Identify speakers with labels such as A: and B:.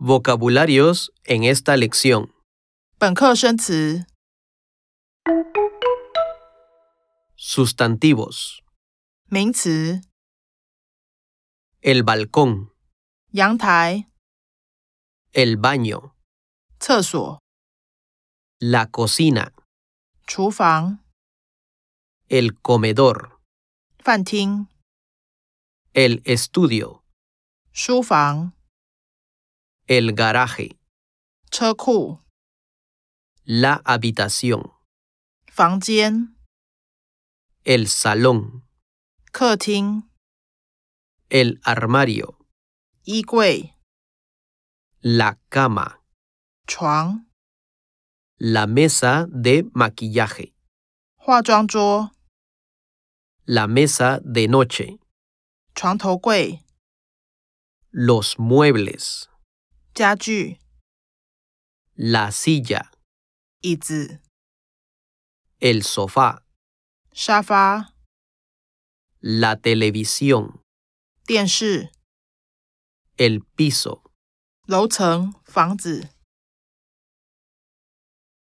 A: Vocabularios en esta lección.
B: 本课生词
A: Sustantivos.
B: 名词：
A: El balcón,
B: 阳台、
A: el baño,
B: 厕所、
A: la cocina,
B: 厨房、
A: el comedor,
B: 饭厅、
A: el estudio,
B: 书房、
A: el garaje,
B: 车库、
A: la habitación,
B: 房间、
A: el salón,
B: 客厅、
A: el armario,
B: 衣柜、
A: la cama,
B: 床、
A: la mesa de maquillaje,
B: 化妆桌、
A: la mesa de noche,
B: 床头柜、
A: los muebles,
B: 家具、
A: la silla,
B: 椅子、
A: el sofá,
B: 沙发、
A: la televisión,
B: 电视、
A: el piso.
B: 楼层、房子。